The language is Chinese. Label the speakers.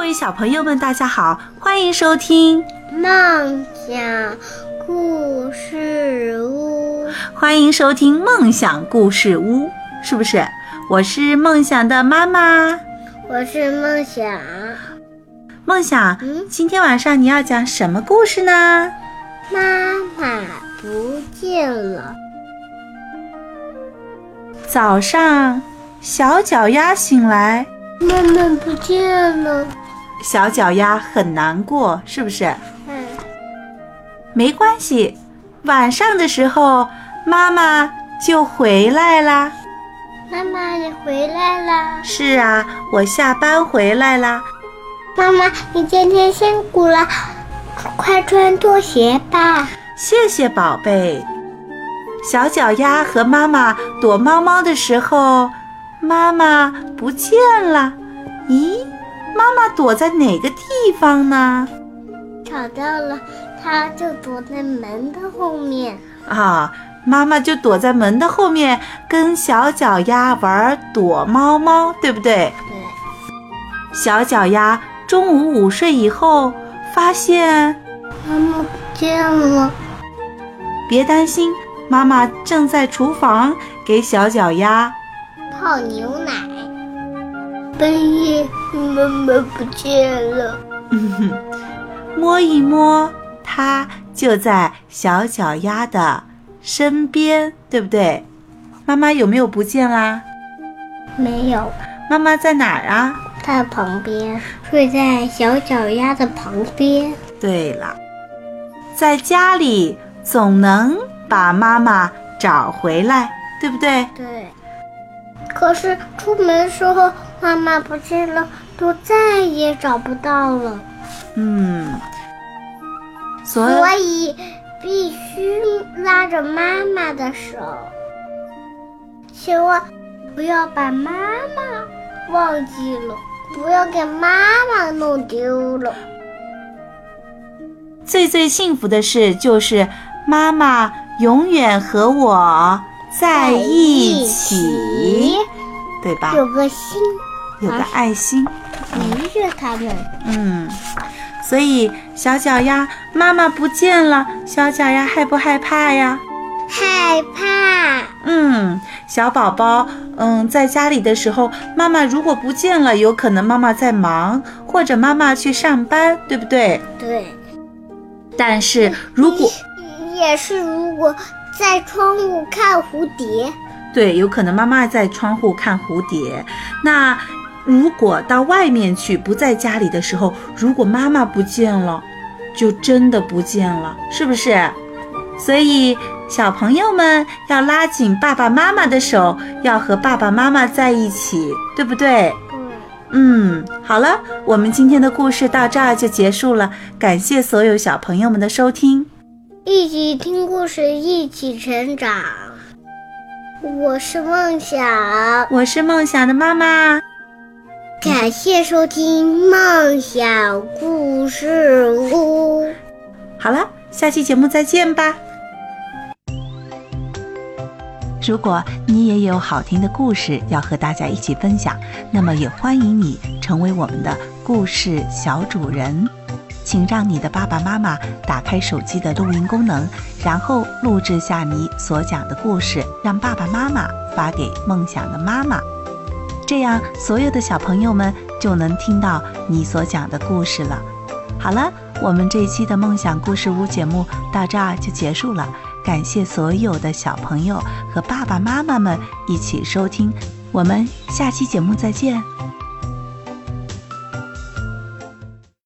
Speaker 1: 位小朋友们，大家好，欢迎收听，
Speaker 2: 梦想故事屋，
Speaker 1: 欢迎收听梦想故事屋，是不是？我是梦想的妈妈，
Speaker 2: 我是梦想。
Speaker 1: 梦想，
Speaker 2: 嗯
Speaker 1: 今天晚上你要讲什么故事呢？
Speaker 2: 妈妈不见了，
Speaker 1: 早上，小脚丫醒来，
Speaker 2: 妈妈不见了。
Speaker 1: 小脚丫很难过，是不是？
Speaker 2: 嗯，
Speaker 1: 没关系，晚上的时候妈妈就回来啦。
Speaker 2: 妈妈你回来啦！
Speaker 1: 是啊，我下班回来啦。
Speaker 2: 妈妈，你今天辛苦了，快穿拖鞋吧。
Speaker 1: 谢谢宝贝。小脚丫和妈妈躲猫猫的时候，妈妈不见了。咦，妈妈躲在哪个地方呢？
Speaker 2: 找到了，它就躲在门的后面。
Speaker 1: 啊，妈妈就躲在门的后面，跟小脚丫玩躲猫猫，对不对？
Speaker 2: 对，
Speaker 1: 小脚丫中午午睡以后，发现
Speaker 2: 妈妈不见了。
Speaker 1: 别担心，妈妈正在厨房给小脚丫
Speaker 2: 泡牛奶。半夜妈妈不见了，
Speaker 1: 嗯哼， 摸一摸，它就在小脚丫的身边，对不对？妈妈有没有不见啦？
Speaker 2: 没有，
Speaker 1: 妈妈在哪儿啊？
Speaker 2: 在旁边，睡在小脚丫的旁边。
Speaker 1: 对了，在家里总能把妈妈找回来，对不对？
Speaker 2: 对，可是出门时候妈妈不见了，就再也找不到了，
Speaker 1: 嗯，所
Speaker 2: 所以必须拉着妈妈的手。千万不要把妈妈忘记了，不要给妈妈弄丢了。
Speaker 1: 最最幸福的事就是妈妈永远和我在一起，对吧？
Speaker 2: 有个心
Speaker 1: 有个爱心。
Speaker 2: 陪着他们。
Speaker 1: 嗯，所以小脚丫妈妈不见了，小脚丫害不害怕呀？
Speaker 2: 害怕，
Speaker 1: 嗯，小宝宝，嗯，在家里的时候，妈妈如果不见了，有可能妈妈在忙，或者妈妈去上班，对不对？
Speaker 2: 对，
Speaker 1: 但是如果
Speaker 2: 也是如果在窗户看蝴蝶，
Speaker 1: 对，有可能妈妈在窗户看蝴蝶。那如果到外面去，不在家里的时候，如果妈妈不见了，就真的不见了，是不是？所以小朋友们要拉紧爸爸妈妈的手，要和爸爸妈妈在一起，对不对？
Speaker 2: 对，
Speaker 1: 嗯，好了，我们今天的故事到这儿就结束了，感谢所有小朋友们的收听。
Speaker 2: 一起听故事，一起成长。我是梦想，
Speaker 1: 我是梦想的妈妈，
Speaker 2: 感谢收听梦想故事屋。
Speaker 1: 好了，下期节目再见吧。如果你也有好听的故事要和大家一起分享，那么也欢迎你成为我们的故事小主人。请让你的爸爸妈妈打开手机的录音功能，然后录制下你所讲的故事，让爸爸妈妈发给梦想的妈妈。这样，所有的小朋友们就能听到你所讲的故事了。好了，我们这一期的梦想故事屋节目到这儿就结束了。感谢所有的小朋友和爸爸妈妈们一起收听，我们下期节目再见，